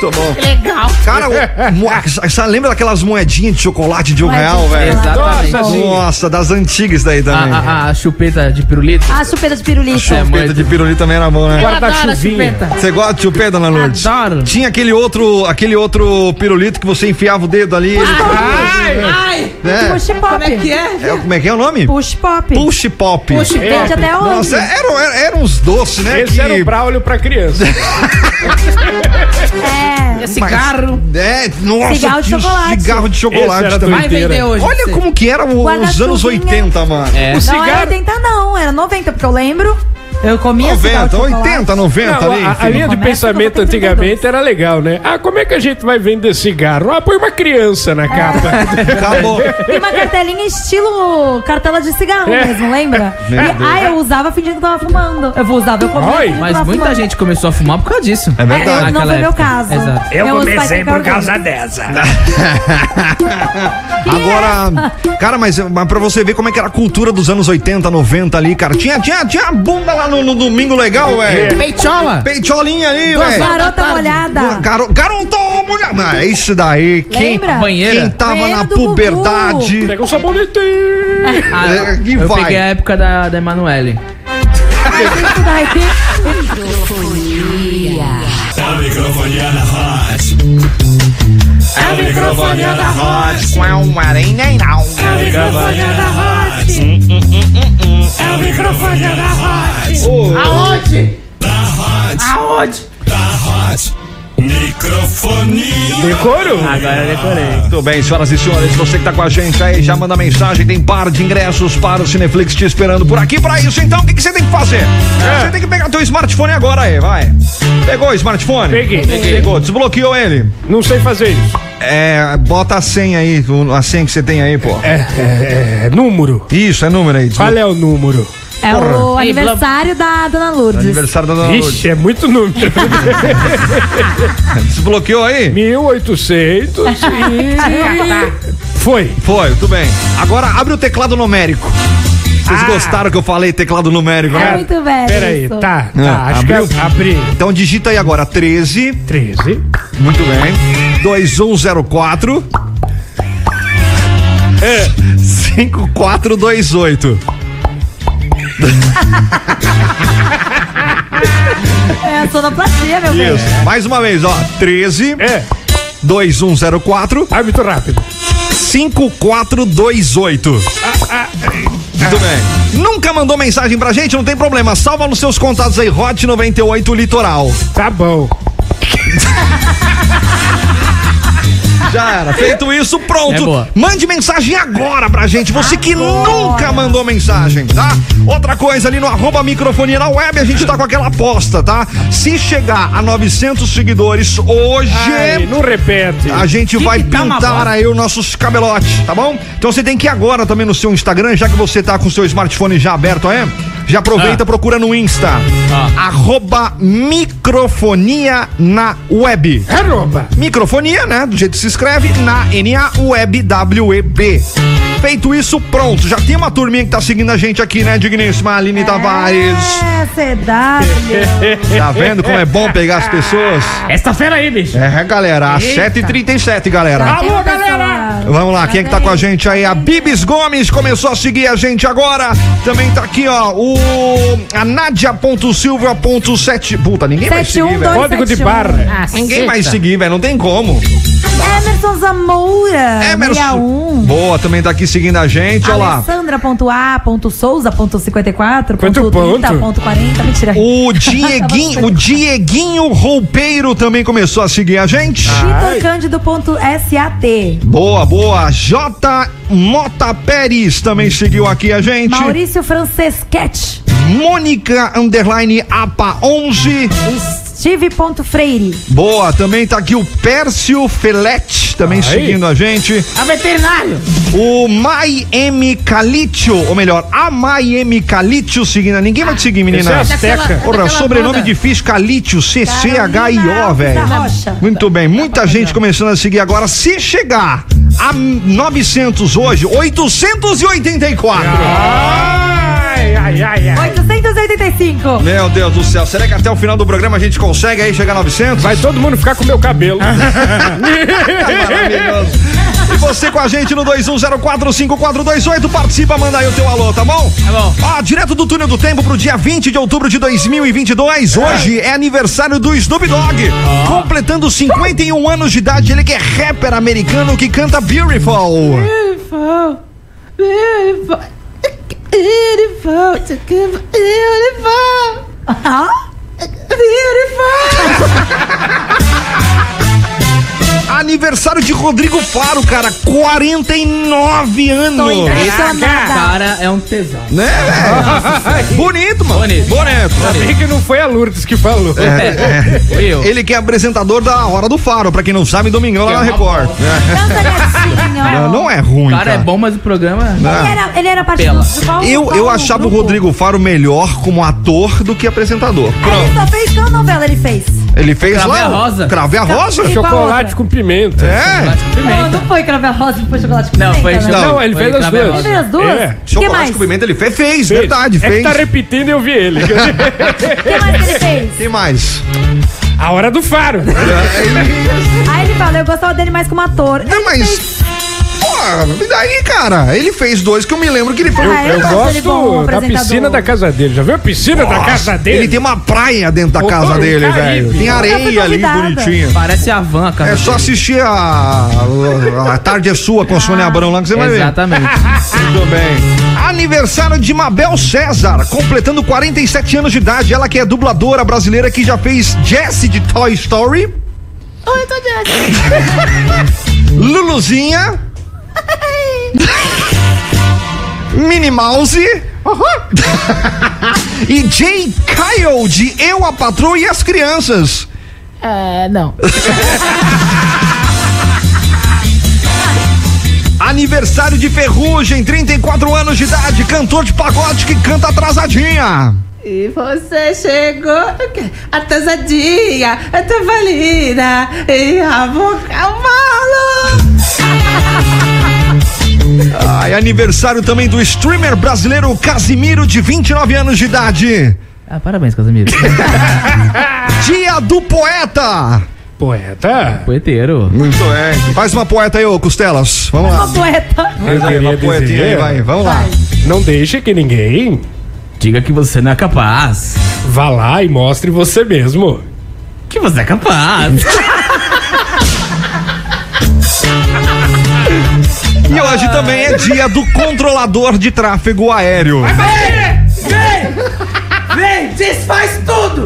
Tô bom. Legal. Cara, o- mo- você lembra daquelas moedinhas de chocolate de um Moedinha. real, velho? É, Exatamente. Nossa, Nossa, das antigas daí A, também. a- a chupeta de pirulito. A chupeta Ah, de É, pirulito. Chupeta de pirulito também era bom, né? Eu adoro a Guarda-chuvinha. chupeta. Você gosta de chupeta, Ana Lourdes? Adoro. Tinha aquele outro, aquele outro pirulito que você enfiava o dedo ali. ele- Ai, ai. É. Push pop. Como é que é? É, como é que é o nome? Push pop. Push pop. Push pop. Vende até hoje. Nossa, eram era, era uns doces, né? Esse era o Braulio pra criança. É. cigarro. É, nossa. Cigarro de tinha uns chocolate. Cigarro de Esse era chocolate também. doideira. Vai vender hoje, Olha sim. como que eram os Guarda-chuvinha. anos 80, mano. É. O Não era cigarro- 80 não, era 90, porque eu lembro. Eu comia cigarro de 90, chocolate. 80, 90 Não, ali. a, a enfim. linha de pensamento antigamente era legal, né? Ah, como é que a gente vai vender cigarro? Ah, põe uma criança na capa. Acabou. E uma cartelinha estilo cartela de cigarro É. mesmo, lembra? Meu E, Deus. ah, eu usava fingindo que tava fumando. Eu usava, eu comia. fingindo que mas tava muita fumando. gente começou a fumar por causa disso. É verdade. não Naquela foi meu época. caso. Exato. Eu Meus comecei pais ficaram por causa doidos. dessa. Agora, é? cara, mas, mas pra você ver como é que era a cultura dos anos 80, 90 ali, cara. Tinha, tinha, tinha a bunda lá no, no domingo legal, É. velho. Peitola. Peitolinha ali, Duas velho. horas da Garota Tá tarde. molhada. Garo, garota molhada. Não, é isso daí. Quem, Lembra? quem Banheira. tava Banheira na do puberdade. Pega um sabonetinho. Ah, É, que eu vai. peguei a época da, da Emanuele. Isso daí. A microfonia na Hot. A microfonia na Hot. A microfonia na Hot. A microfonia na Hot. Aonde? Na Hot. Aonde? Na Hot. Microfonia. Decoro? Agora eu decorei. Muito bem, senhoras e senhores, você que tá com a gente aí, já manda mensagem, tem par de ingressos para o Cineflix te esperando por aqui. Para isso, então, o que, que você tem que fazer? É. Você tem que pegar teu smartphone agora aí, vai. Pegou o smartphone? Peguei. Peguei. Pegou, desbloqueou ele. Não sei fazer isso. É, bota a senha aí, o- a senha que você tem aí, pô. É, é, é, número. Isso, é número aí. Qual é o número? É o Porra. aniversário da Dona Lourdes. Aniversário da Dona Lourdes. Ixi, é muito número. Desbloqueou aí? 1800 e... Foi. Foi, tudo bem. Agora abre o teclado numérico. Vocês gostaram que eu falei teclado numérico, É né? muito velho. Peraí, isso. tá, Ah, tá. acho abriu? que eu abri. Então digita aí agora 13, 13. muito bem. 2104 é, 5428. É a sonoplastia, meu bem. Isso. Mais uma vez, ó, 13 É. 2104 Ai, muito rápido. 5428. Muito bem. Nunca mandou mensagem pra gente? Não tem problema. Salva nos seus contatos aí, Hot 98 Litoral. Tá bom. Já era. Feito isso, É pronto. boa. Mande mensagem agora pra gente. Você que nunca mandou mensagem, tá? Outra coisa, ali no arroba microfonia na web, a gente tá com aquela aposta, tá? Se chegar a 900 seguidores hoje. Ai, não repete. A gente Que vai que tá uma pintar bosta. aí os nossos cabelotes, tá bom? Então você tem que ir agora também no seu Instagram, já que você tá com o seu smartphone já aberto aí. Já É. aproveita, procura no Insta. Ah. Arroba microfonia na web. Arroba. Microfonia, né? Do jeito que se escreve, na NA web W-E-B. Feito isso, pronto. Já tem uma turminha que tá seguindo a gente aqui, né, digníssima Aline Tavares? É, CW. Tá vendo como é bom pegar as pessoas? Essa fera aí, bicho. É, galera. às Eita. 7h37, galera. Alô, galera! Vamos lá, quem é que tá com a gente aí? A Bibis Gomes começou a seguir a gente agora. Também tá aqui, ó, o a Nadia.silva.7. Puta, ninguém É vai seguir, um, velho. Código de barra. Ah. Ninguém vai seguir, velho, não tem como. É, Emerson um. Zamoura. Emerson. Boa, também tá aqui seguindo a gente, ó lá. Alessandra.a.souza.54.30.40. Mentira. O Dieguinho, o Dieguinho Roupeiro também começou a seguir a gente. Ah. Vitor Cândido.sat. Boa, boa. J. Mota Pérez também seguiu aqui a gente. Maurício Franceschetti. Mônica Underline APA 11. Steve.freire. Boa, também tá aqui o Pércio Felete também seguindo a gente. A veterinário. O Mai M. Calitio, ou melhor, a Mai M. Calitio seguindo. Ninguém vai te seguir, menina. Esse é asteca. Daquela- Porra, daquela sobrenome banda. difícil, Calitio, C-C-H-I-O, velho. Muito bem, muita gente começando a seguir agora. Se chegar a 900 hoje, 884. Ai, ai, ai, ai. 885. Meu Deus do céu, será que até o final do programa a gente consegue aí chegar a 900? Vai todo mundo ficar com meu cabelo. Ah. Maravilhoso. E você com a gente no 21045428, participa, manda aí o teu alô, tá bom? Tá bom. Ó, direto do túnel do tempo pro dia 20 de outubro de 2022, hoje é aniversário do Snoop Dogg, completando 51 anos de idade, ele que é rapper americano que canta Beautiful. Beautiful, beautiful, beautiful, beautiful, beautiful. Aniversário de Rodrigo Faro, cara, 49 anos. Tá. Cara, é um tesão. Né, velho? é Bonito, mano. Bonito. Ainda bem que não foi a Lourdes que falou. É, é. Ele que é apresentador da Hora do Faro, pra quem não sabe, domingão lá na Record. Não, não é ruim, Cara, Tá cara. Então. é bom, mas o programa. Não. assim, Ele era, ele era parte Pela. do qual- Eu, qual eu achava o grupo? Rodrigo Faro melhor como ator do que apresentador. Ele só fez qual novela ele fez? Ele fez Crave lá. a Rosa. Crave Tá. a Rosa? E qual Chocolate outra? com pimenta. É? Não, não foi Crave a Rosa, não foi Chocolate com Pimenta, né? Ele fez as duas? É. que mais? Chocolate com pimenta ele fez, fez, verdade, É que fez. tá repetindo e eu vi ele. que mais que ele fez? Tem mais. A hora do faro. Aí ele fala, eu gostava dele mais como ator. Não, É, mas. Pô, e daí, cara? Ele fez dois que eu me lembro que ele foi. Eu, eu um gosto da piscina da casa dele. Já viu a piscina da Nossa, casa dele? Ele tem uma praia dentro da Ô, casa ô, dele, Caribe. velho. Tem Nunca fui areia ali convidada. bonitinha. Parece a van, cara. É só assistir a, a, a Tarde é Sua com a Sônia Ah. Abrão lá que você vai ver. Exatamente. Muito bem. Aniversário de Mabel César, completando 47 anos de idade. Ela que é dubladora brasileira que já fez Jessie de Toy Story, Oi, eu tô Luluzinha, Minnie Mouse e Jay Kyle de Eu, a Patroa e as Crianças. É, não. Aniversário de Ferrugem, 34 anos de idade, cantor de pagode que canta atrasadinha. E você chegou atrasadinha, atavalina e a boca é um Ai, aniversário também do streamer brasileiro Casimiro, de 29 anos de idade. Ah, parabéns, Casimiro. Dia do poeta. Poeta? Poeteiro. Muito bem. Faz uma poeta aí, ô Costelas. Vamos lá. Uma um poeta. Eu Vai, queria uma poetinha dizer- aí, vai, vamos lá. Não deixe que ninguém diga que você não é capaz. Vá lá e mostre você mesmo. Que você é capaz. E hoje Ah. também é dia do controlador de tráfego aéreo. Vem! Vem! Amém! Desfaz tudo!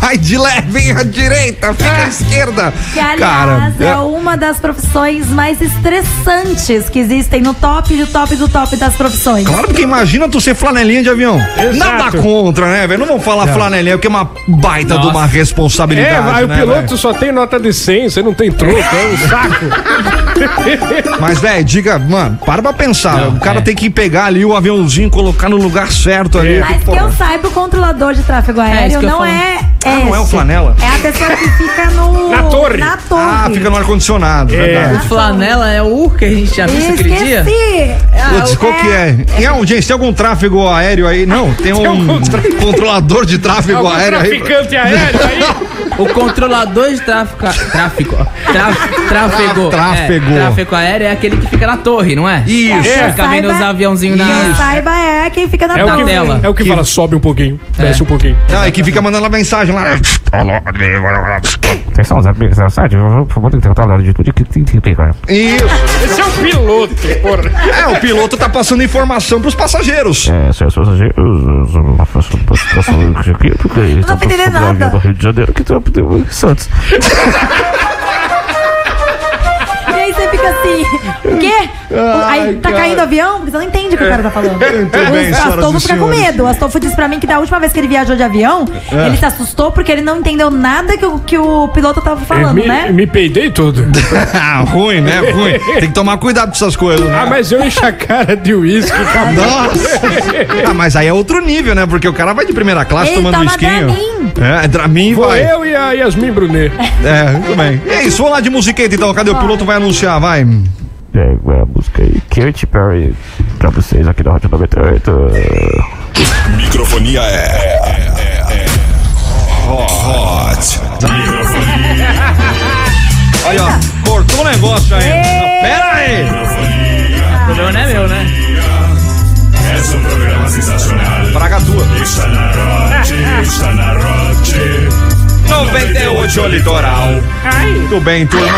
Vai de leve à direita, fica à esquerda. Ah. Que, aliás, Cara, é uma das profissões mais estressantes que existem no top do top do top das profissões. Claro, porque imagina tu ser flanelinha de avião. Exato. Nada contra, né, velho? Não vamos falar flanelinha, porque é uma baita de uma responsabilidade. É, vai, né, o piloto velho? só tem nota de 100, você não tem troco, é um saco. Mas, velho, diga, mano, para pra pensar. o cara é. tem que pegar ali o aviãozinho, colocar no lugar certo ali. Mas que Pô, eu saiba, o controlador de tráfego isso aéreo que eu não falo. é. Ah, não é o esse. flanela? É a pessoa que fica no. Na torre. Na torre. Ah, fica no É. ar-condicionado, O verdade. flanela é o que a gente tinha visto aquele dia? Putz, qual que é? E, ah, gente, tem algum tráfego aéreo aí? Não, tem um controlador de tráfego Algum aéreo aí. traficante aéreo aí? O controlador de tráfico. Tráfico. ó. Traf- Tráfego. Tráfego. É, tráfego aéreo é aquele que fica na torre, não é? Isso. É, É. fica vendo os Saiba- aviãozinhos na. Quem saiba é quem fica na É. É o torre. que, é o que fala, sobe um pouquinho, desce um pouquinho. Ah, e que fica mandando a mensagem lá. Atenção, 007, por favor, tem que ter uma atitude que tem que pegar. Isso. Esse é o piloto, porra. É, o piloto tá passando informação pros passageiros. É, senhores passageiros, uma pessoa aqui, porque ele tá entendendo passando avião nada. do Rio de Janeiro, que tá em Santos. E aí você fica assim, o quê? O- aí tá caindo o avião? Porque você não entende o que o cara tá falando. bem, o senhoras Astolfo e fica com senhores. medo. O Astolfo disse pra mim que da última vez que ele viajou de avião, É. ele se assustou porque ele não entendeu nada que o, que o piloto tava falando, me, né? me peidei todo. É. ruim, né? Ruim. Tem que tomar cuidado com essas coisas. né? Ah, mas eu enchi a cara de uísque. cara. Nossa! Ah, mas aí é outro nível, né? Porque o cara vai de primeira classe Ele tomando toma esquinho. É, Dramin Vou vai. eu e a Yasmin Brunet. É, tudo bem. E é isso, vamos lá de musiqueta então. Cadê o piloto? Vai anunciar, vai. Pega É, a música aí, Katy Perry, pra vocês aqui da Rádio 98. Microfonia é. é, é, é. Hot. Aí, ó, cortou o negócio aí. Pera aí! O problema não é meu, né? É um programa sensacional. Praga tua. Está na Hot, está na Hot. 98 Litoral. Tudo bem, turma.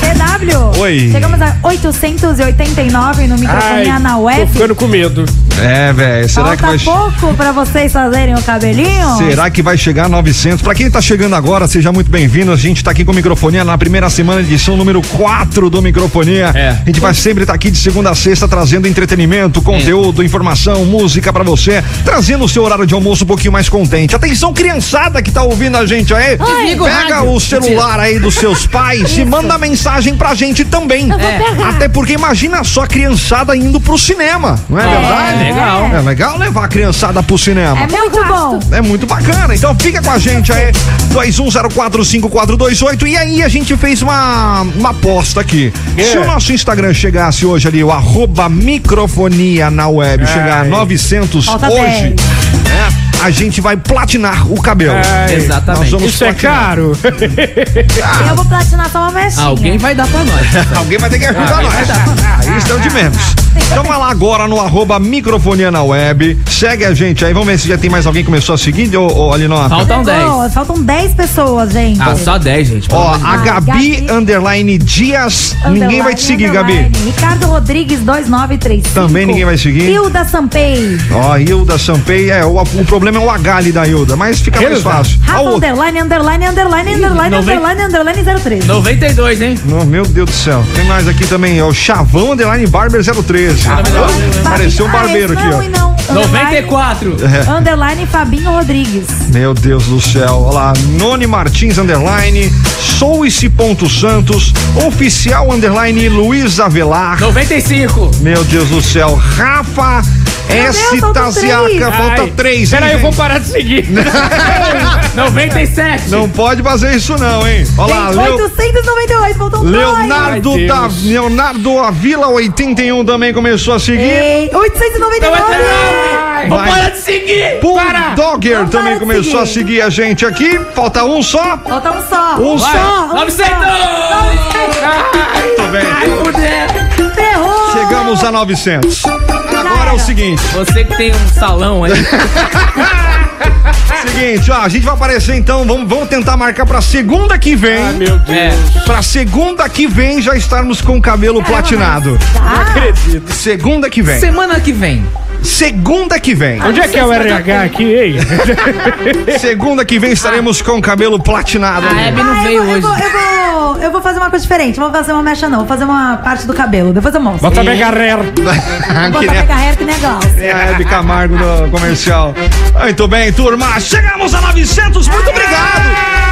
CW. Oi. Chegamos a 889 no microfone Ai, na Tô web. ficando com medo. É, velho, será que Falta vai. pouco pra vocês fazerem o cabelinho. Será que vai chegar a 900? Pra quem tá chegando agora, seja muito bem-vindo. A gente tá aqui com Microfonia na primeira semana, edição número 4 do Microfonia. É. A gente vai sempre estar aqui de segunda a sexta trazendo entretenimento, conteúdo, informação, música pra você, trazendo o seu horário de almoço um pouquinho mais contente. Atenção, criançada que tá ouvindo a gente aí. Desliga o Pega rádio. o celular aí dos seus pais e manda mensagem pra gente também. Eu vou É. pegar. Até porque imagina só a criançada indo pro cinema, não é, É, verdade? legal. É legal levar a criançada pro cinema. É muito bom. É muito bacana, então fica com a gente aí, 21045428. E aí a gente fez uma, uma aposta aqui. É. Se o nosso Instagram chegasse hoje ali, o arroba microfonia na É. web, chegar a 900 Falta hoje, 10. né, a gente vai platinar o cabelo. Ai, Nós vamos É, Isso é platinar. caro. Eu vou platinar só uma mexinha. Alguém vai dar pra nós. Alguém vai ter que Ah, ajudar Alguém vai nós. dar Aí estão de menos. Então vai lá agora no arroba microfonia na web. Segue a gente aí. Vamos ver se já tem mais alguém que começou a seguir, ô, ô Alinota. Faltam Pessoas, Faltam 10 pessoas, gente. um Ah, só 10, gente. Ó, pelo amor de a Deus. Gabi, underline Dias, ninguém vai te seguir, Gabi. Ricardo Rodrigues 2935. Também ninguém vai seguir. Hilda Sampei. Ó, Hilda Sampei, é, o, o problema é o H ali da Hilda, mas fica mais Hilda. fácil. A Rafa outra. underline, underline, underline, underline, noven- underline, underline 013. 92, hein? Não, meu Deus do céu. Tem mais aqui também, ó, o Chavão, underline Barber 013. Ah, Pareceu um barbeiro aqui, ó. Não, underline, 94. É. underline Fabinho Rodrigues. Meu Deus do céu, olha lá, Noni Martins, underline, sou esse ponto Santos, oficial, underline, Luiz Avelar. 95. Meu Deus do céu, Rafa Meu S. Deus, faltam Taziaca, três. falta Ai, três. peraí, eu vou parar de seguir. 97. Não pode fazer isso não, hein? Olha lá, Tem Leo- 898, faltam Leonardo, dois. da, Leonardo Avila 81 também começou a seguir. Ei, 899. Vou parar de seguir. Bulldogger também começou a seguir a gente aqui. Falta um só. Falta um só. Um Vai. só. Nove Muito bem. Chegamos a 900. Agora é o seguinte. Você que tem um salão aí. Seguinte, ó, a gente vai aparecer então, vamos, vamos tentar marcar pra segunda que vem. Ah, meu Deus. Pra segunda que vem tá. já estarmos com o cabelo platinado. Não acredito. Segunda que vem. Semana que vem. Segunda que vem. Onde é que é o RH aqui, hein? Segunda que vem estaremos com o cabelo platinado. Ah, eu vou- eu vou- Eu vou, eu vou fazer uma coisa diferente. Vou fazer uma mecha, não. Vou fazer uma parte do cabelo. Depois eu mostro. Bota a mega megarrer. Que Bota nem- mega hair que nem a Glaucia. É a Hebe Camargo do comercial. Muito bem, turma. Chegamos a 900. Muito obrigado.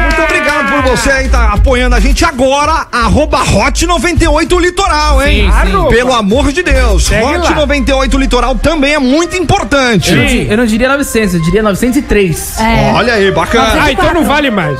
Muito obrigado por você aí tá apoiando a gente agora. Arroba Hot 98 Litoral, hein? Sim, sim. Arroba. Pelo amor de Deus. Segue Hot lá. 98 Litoral também é muito importante. Eu não, di- eu não diria 900, eu diria 903. É. Olha aí, bacana. Ah, então não vale mais.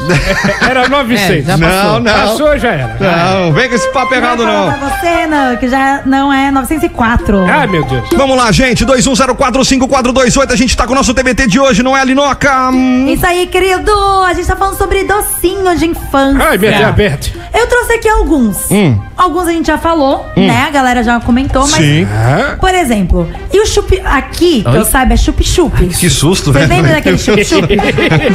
Era 900. É, já passou. Não, não. Passou, já era. Não, vem com esse papo errado, não. é É, Pra você, não, que já não é 904. Ah, meu Deus. Vamos lá, gente. 21045428. A gente tá com o nosso TBT de hoje, não é, Linoca? Hum. Isso aí, querido! A gente tá falando sobre docinho de infância. Ai, minha diabetes. Eu trouxe aqui alguns. Hum. Alguns a gente já falou, Hum. né? A galera já comentou, mas. Sim. Ah. Por exemplo, e o chup. Aqui, que Oi? eu saiba, é chup-chup. Que susto, né? Você velho. lembra daquele chup-chup?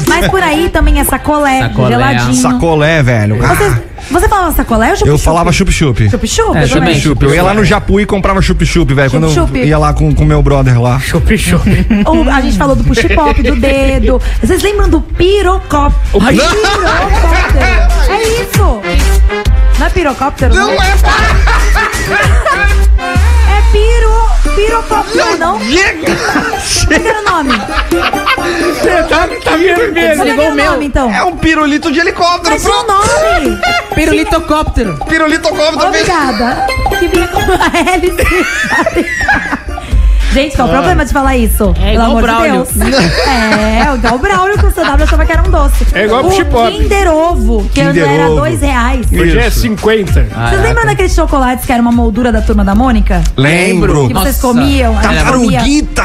mas por aí também é sacolé, geladinho. Sacolé, velho. Ah, Você falava sacolé ou chup-chup? eu falava chup-chup. Chup-chup? É, eu também. chup-chup. Eu ia lá no Japu e comprava chup-chup, velho. Quando eu Chup-chup. ia lá com o meu brother lá. Chup-chup. Ou a gente falou do push-pop, do dedo. Vocês lembram do pirocóptero? Ai, não. Pirocóptero. É isso. Não é pirocóptero? Não, é. É piro... Pirocóptero, não? Cadê o nome? Você tá, tá vermelho. Desligou o meu. Então. É um pirulito de helicóptero. Mas é o nome? É. Pirulitocóptero. Pirulitocóptero. Obrigada. Que vinha com a hélice. Gente, qual o Ah. problema de falar isso? É igual amor de Braulio. Deus. É, igual o Braulio com o CW achava que era um doce. É igual o Push-Pop. Kinder Ovo, que Kinder era Ovo. dois reais. Hoje é 50. Vocês lembram daqueles chocolates que era uma moldura da turma da Mônica? Lembro. Que Nossa. vocês comiam. a gente comia. Tartaruguita.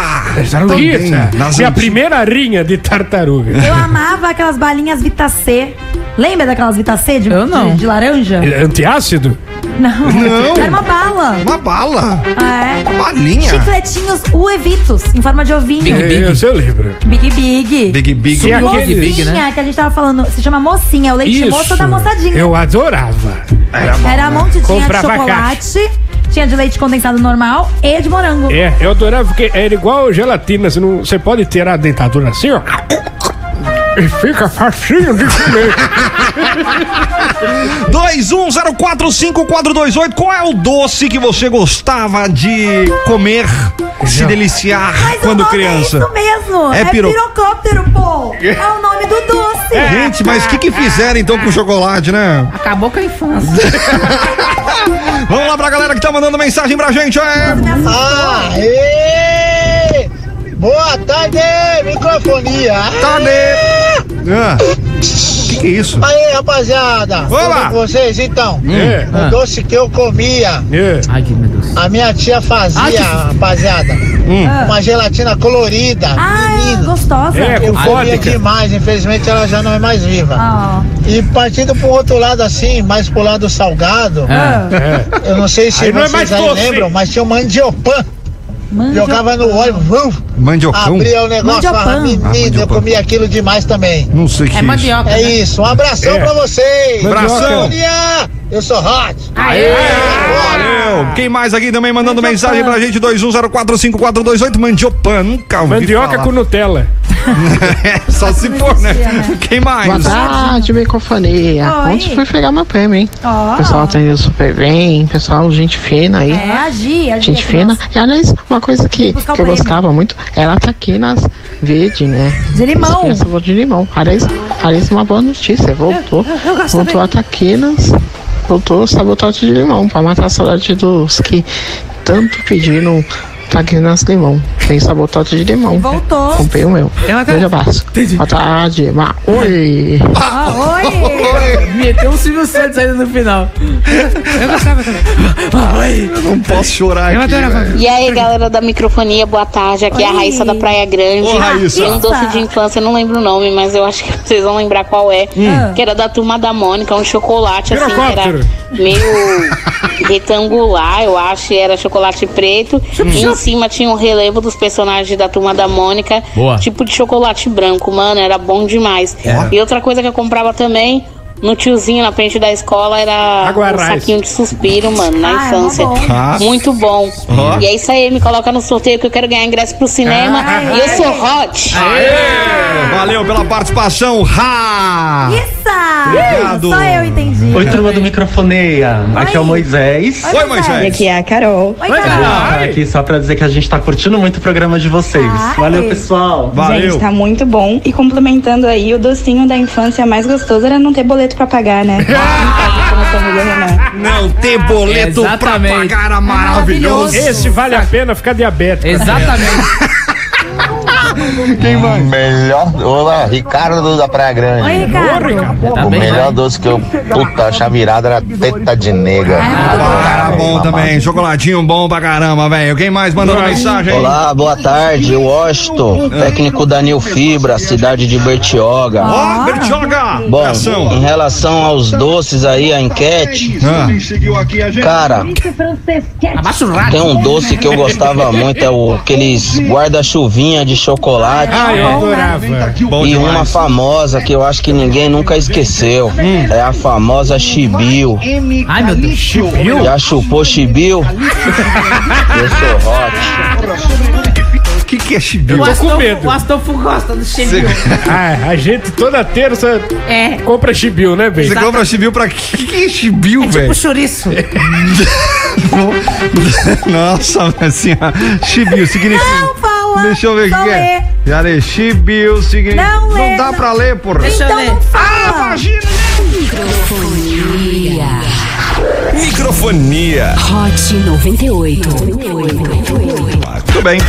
Também, Tá nas E a antigas. primeira rinha de tartaruga. Eu amava aquelas balinhas Vita C. Lembra daquelas Vita C de, Eu não. de, de laranja? É Antiácido? Não. Não. Era uma bala. Uma bala? É. Uma balinha. Chicletinhos Uevitos, em forma de ovinho. Eu, eu lembro. Big Big. Big Big. Sim, aquele- mocinha, Big, né? que a gente tava falando, se chama mocinha, o leite Isso. moça da moçadinha. Eu adorava. Era um monte tinha de Comprava caixa. chocolate, tinha de leite condensado normal e de morango. É, eu adorava porque era igual gelatina. Você, não, você pode tirar a dentadura assim, ó. E fica facinho de comer. 21045428. Qual é o doce que você gostava de comer, se deliciar quando criança? é Isso mesmo, É é, piro- pirocóptero, pô. É o nome do doce. É. Gente, mas o que, que fizeram então com o chocolate, né? Acabou com a infância. Vamos lá pra galera que tá mandando mensagem pra gente, é. Aê! Boa tarde, microfonia! Tarde! O tá Ah, que, que é isso? Aí, rapaziada! Olá. Tudo com vocês então? É. O Ah. doce que eu comia, é. Ai, que medo. a minha tia fazia, Ai, que- rapaziada, uma gelatina colorida. Ah, gostosa. É. eu comia demais, infelizmente ela já não é mais viva. Ah. E partindo pro outro lado assim, mais pro lado salgado, Ah, É, eu não sei se Aí não é mais vocês aí doce. lembram, mas tinha o mandiopan. Jogava no óleo, vrum, Mandiocão? abria o negócio, Mandiopan. falava, Ah, menino, eu mandiopan. comia aquilo demais também. Não sei o que é, Ah, isso. É né? isso, um abração É. pra vocês. Mandioca. Bom dia, Eu sou hot. É. Valeu! Quem mais aqui também mandando mensagem pra gente? 21045428 Mandiopan, nunca ouvi Mandioca falar. com Nutella. Só se for, né? Quem mais? Ah, tarde, microfonia. Oi. Ah, Ontem fui pegar meu prêmio, hein? Ó. O pessoal atendeu super bem, pessoal, gente fina aí. É, a Gi, a Gi Gente é fina. nossa. E aliás, uma coisa que, buscar o que eu prêmio. gostava muito, ela tá aqui nas verde, né? De limão. Essa criança voltou de limão. Aliás, aliás, uma boa notícia. Voltou. Eu- eu gosto voltou a taquinas. Voltou sabotagem de limão. Pra matar a saudade dos que tanto pediram taquinas limão. Tem sabotagem de limão. Voltou. Comprei o meu. Grande abraço. Boa tarde. Ma- Oi. Ah, oi! Meteu um Silvio Santos ainda no final. Eu gostava também. Eu não posso chorar aqui. velho. E aí, galera da microfonia, boa tarde. Aqui é a Oi. Raíssa da Praia Grande. Ô, Raíssa. Tem um doce de infância, eu não lembro o nome, mas eu acho que vocês vão lembrar qual é. Hum. Que era da turma da Mônica, um chocolate assim, que era Pirocóptero. meio retangular, eu acho, e era chocolate preto. Chup, E em chup. cima tinha um relevo dos personagens da turma da Mônica. Boa. Tipo de chocolate branco, mano, era bom demais. Ó. E outra coisa que eu comprava também. No tiozinho na frente da escola era Água um Raiz. saquinho de suspiro, mano, na Ah, é infância. mó bom. Ah. Muito bom. Ó. E é isso aí, me coloca no sorteio que eu quero ganhar ingresso pro cinema. Ah. e eu sou hot. Valeu pela participação, Ra! Isso! Obrigado. Só eu entendi. Oi, turma do Microfoneia. Aqui é o Oi. Moisés. Oi, Oi, Moisés. Moisés. E aqui é a Carol. Oi, Eu vou parar aqui só pra dizer que a gente tá curtindo muito o programa de vocês. Valeu, pessoal. Gente, tá muito bom. E complementando aí, o docinho da infância mais gostoso era não ter boleto pra pagar, né? Não ter boleto pra pagar era maravilhoso. Esse vale a pena ficar diabético. Exatamente. Quem mais? Melhor. Olá, Ricardo da Praia Grande. Oi, Ricardo. Tá O melhor doce que eu puta, achava virado era teta de nega. É, Era bom também, chocolatinho bom pra caramba, velho. Quem mais mandando mensagem aí? Olá, boa tarde, Washington, técnico Danil Fibra, cidade de Bertioga. Ó, Bertioga! Bom, Ação. em relação aos doces aí, a enquete, Ah. cara, Abaixa o tem um doce que eu gostava muito, é o, aqueles guarda-chuvinha de chocolate. Ah, eu adorava. tá. Bom E demais. uma famosa que eu acho que ninguém nunca esqueceu, Hum. é a famosa Chibiu. Ai, meu Deus. Chibiu? Já chupou Chibiu? Eu sou O que, que é chibiu? O com Astolfo- medo. O Astolfo gosta do Cê- chimio. Ah, a gente toda terça compra chibiu, né, bem? Você compra chibiu pra quê? que, que é chibiu, velho? chouriço. Nossa, assim, ó, chibiu significa. Não fala. Deixa eu ver o só que, que é. Já lê, chibiu significa. Não lê, dá não. pra ler, porra. Então não fala. Microfonia. Microfonia. Hot 98. Tudo bem.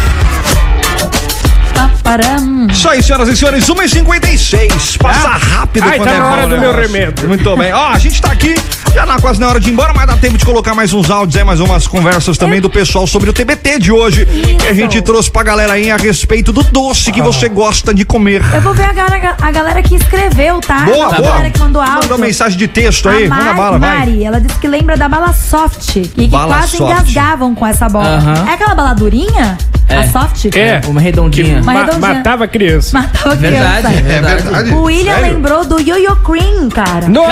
Isso aí, senhoras e senhores, 1h56. Passa rápido Ai, quando tá é na hora bom, do né? meu remédio. Muito bem. Ó, a gente tá aqui, já na quase na hora de ir embora, mas dá tempo de colocar mais uns áudios aí, mais umas conversas também do pessoal sobre o TBT de hoje. Que a gente trouxe pra galera aí a respeito do doce que você gosta de comer. Eu vou ver a galera, a galera que escreveu, tá? Boa, a boa. galera que mandou áudio. Mandou mensagem de texto aí, A manda Mari, bala, vai. Mari, ela disse que lembra da bala soft e que Bala quase soft. engasgavam com essa bola. Aham. É aquela bala durinha? A soft? É. Uma redondinha. Uma Ma- redondinha. matava criança. Matava Verdade, criança. É verdade. O William Sério? lembrou do Yo-Yo Cream, cara. Nossa,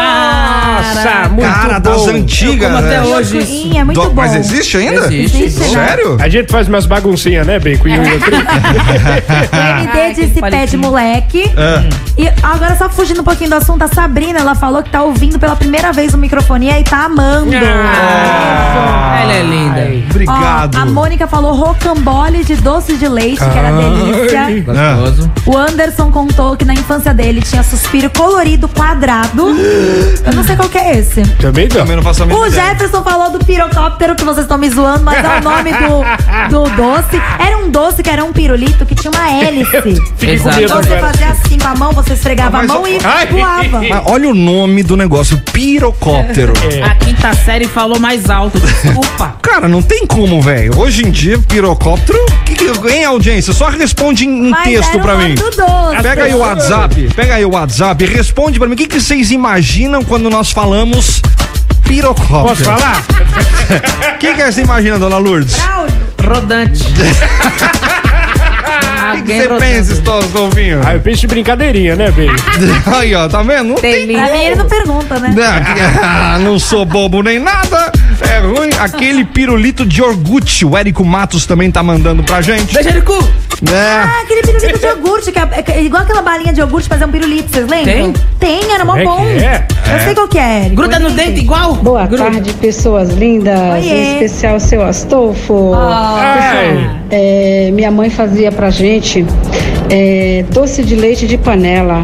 Ah, muito Cara, das bom. antigas, Eu como até né? hoje isso. É muito Doc, bom. mas existe ainda? Existe. Existe. Sério? A gente faz umas baguncinhas, né, bem? Com o Yuri. MD disse pé de moleque. É. Ah, E agora, só fugindo um pouquinho do assunto, a Sabrina, ela falou que tá ouvindo pela primeira vez o microfone e tá amando. Ela é linda. Ó, a Mônica falou rocambole de doce de leite, que era delícia. Gostoso. O Anderson contou que na infância dele tinha suspiro colorido quadrado. Eu não sei qual que é esse. Também não. Também não faço a O tá- mínima ideia. Jefferson falou do pirocóptero que vocês estão me zoando, mas é o nome do, do doce. Era um doce que era um pirulito que tinha uma hélice. fiquei com medo Então você agora. fazia assim com a mão, você esfregava a mão e voava. Mas olha o nome do negócio, pirocóptero. É. A quinta série falou mais alto. Desculpa. Cara, não tem como, velho. Hoje em dia, pirocóptero, que, que- hein, audiência? Só responde em, em Mas era Um um texto o pra nome mim. do doce. Pega aí o WhatsApp, pega aí o WhatsApp, e responde pra mim. O que, que vocês imaginam quando nós falamos pirocóptero? Posso falar? O que, que você imagina, dona Lourdes? Rodante. O que, que Alguém você rodando. pensa, Stolzinho? Aí Ah, eu penso de brincadeirinha, né, bem? Aí, ó, tá vendo? Não tem Pra mim ele não pergunta, né? Não, não sou bobo nem nada. É ruim. Aquele pirulito de iogurte. O Érico Matos também tá mandando pra gente. Beijo, Ericu. É. Ah, aquele pirulito de iogurte, que é, é igual aquela balinha de iogurte, mas é um pirulito, vocês lembram? Tem? Tem, era mó Como é que bom. é? Eu É. sei qual que é, Eric. Gruda no dente igual? Boa tarde, pessoas lindas. Oiê. Em é especial seu Astolfo. Ah, Ah, Pessoal, é, minha mãe fazia pra gente é, doce de leite de panela.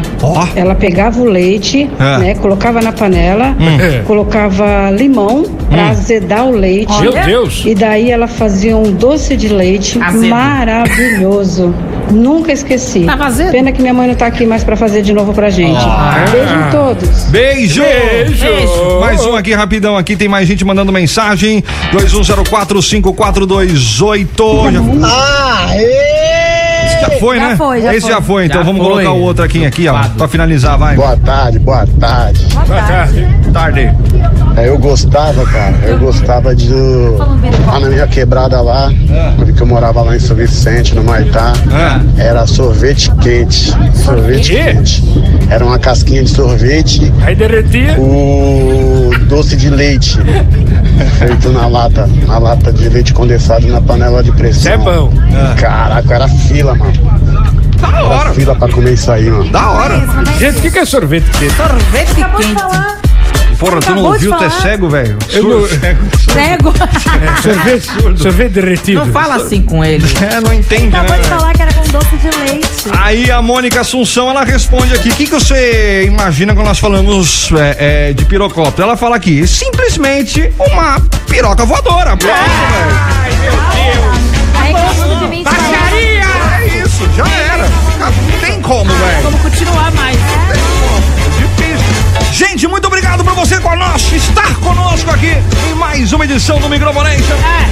Ela pegava o leite, É. Ah. né, colocava na panela, é. Hum. colocava limão pra Hum. azedar o leite. Meu Deus. E daí ela fazia um doce de leite Azedo. maravilhoso. Nunca esqueci. Tava azedo. Pena que minha mãe não tá aqui mais pra fazer de novo pra gente. Ah. Beijo em todos. Beijo! Beijo! Mais um aqui rapidão aqui, tem mais gente mandando mensagem. 21045428. Já- Ah, ê! Já foi, Já né? foi, já Esse já foi. foi, então Já vamos foi. colocar o outro aqui, aqui, ó, pra finalizar, vai. Boa tarde, boa tarde. Boa tarde. Tarde. É, eu gostava, cara, eu gostava de lá na minha quebrada lá, onde que eu morava lá em São Vicente, no Maitá, É. era sorvete quente. Sorvete quente. Era uma casquinha de sorvete. Aí derretia. O doce de leite. Feito na lata, na lata de leite condensado na panela de pressão. é bom. Caraca, era fila, mano. Da hora. fila pra comer isso aí, mano. Da hora. Gente, o que, que é sorvete? Sorvete quente. Porra, tu não Acabou de ouviu, tu é falar. cego, velho. Eu Surdo, não- cego. Cego. Sorvete, sorvete derretido. Não fala assim com ele. É, não entende, né? Acabou de falar que era com doce de leite. Aí a Mônica Assunção, ela responde aqui, o que, que você imagina quando nós falamos é, é, de pirocóptero? Ela fala aqui, simplesmente uma piroca voadora. Pronto, velho. Aí acabou de mim. Baixaria! É isso, já era. Não tem como, velho. Vamos continuar mais. Gente, muito obrigado por você conosco, estar conosco aqui em mais uma edição do Microfonation.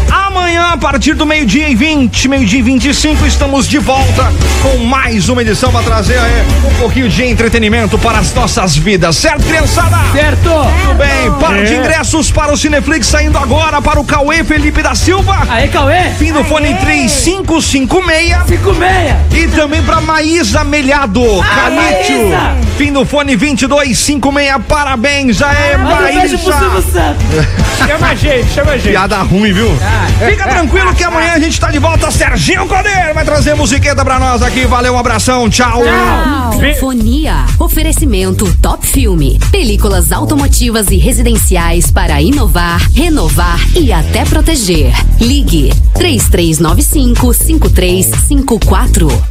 É. Amanhã, a partir do meio-dia e 20, meio-dia e 25, estamos de volta com mais uma edição para trazer é, um pouquinho de entretenimento para as nossas vidas, certo, criançada? Certo! Tudo bem, para de É. ingressos para o Cineflix saindo agora para o Cauê Felipe da Silva. Aê, Cauê! Fim do fone 3556. 56! E também para Maísa Melhado, Canítio. Maísa! Fim do fone 2256. Parabéns, aê, Manda um Maísa. beijo pro Silvio Santos. chama a gente, chama a gente. Piada ruim, viu? Fica tranquilo que amanhã a gente tá de volta. Serginho Cordeiro vai trazer musiqueta pra nós aqui. Valeu, um abração, tchau. Microfonia. Oferecimento Top Filme. Películas automotivas e residenciais para inovar, renovar e até proteger. Ligue 3395 5354.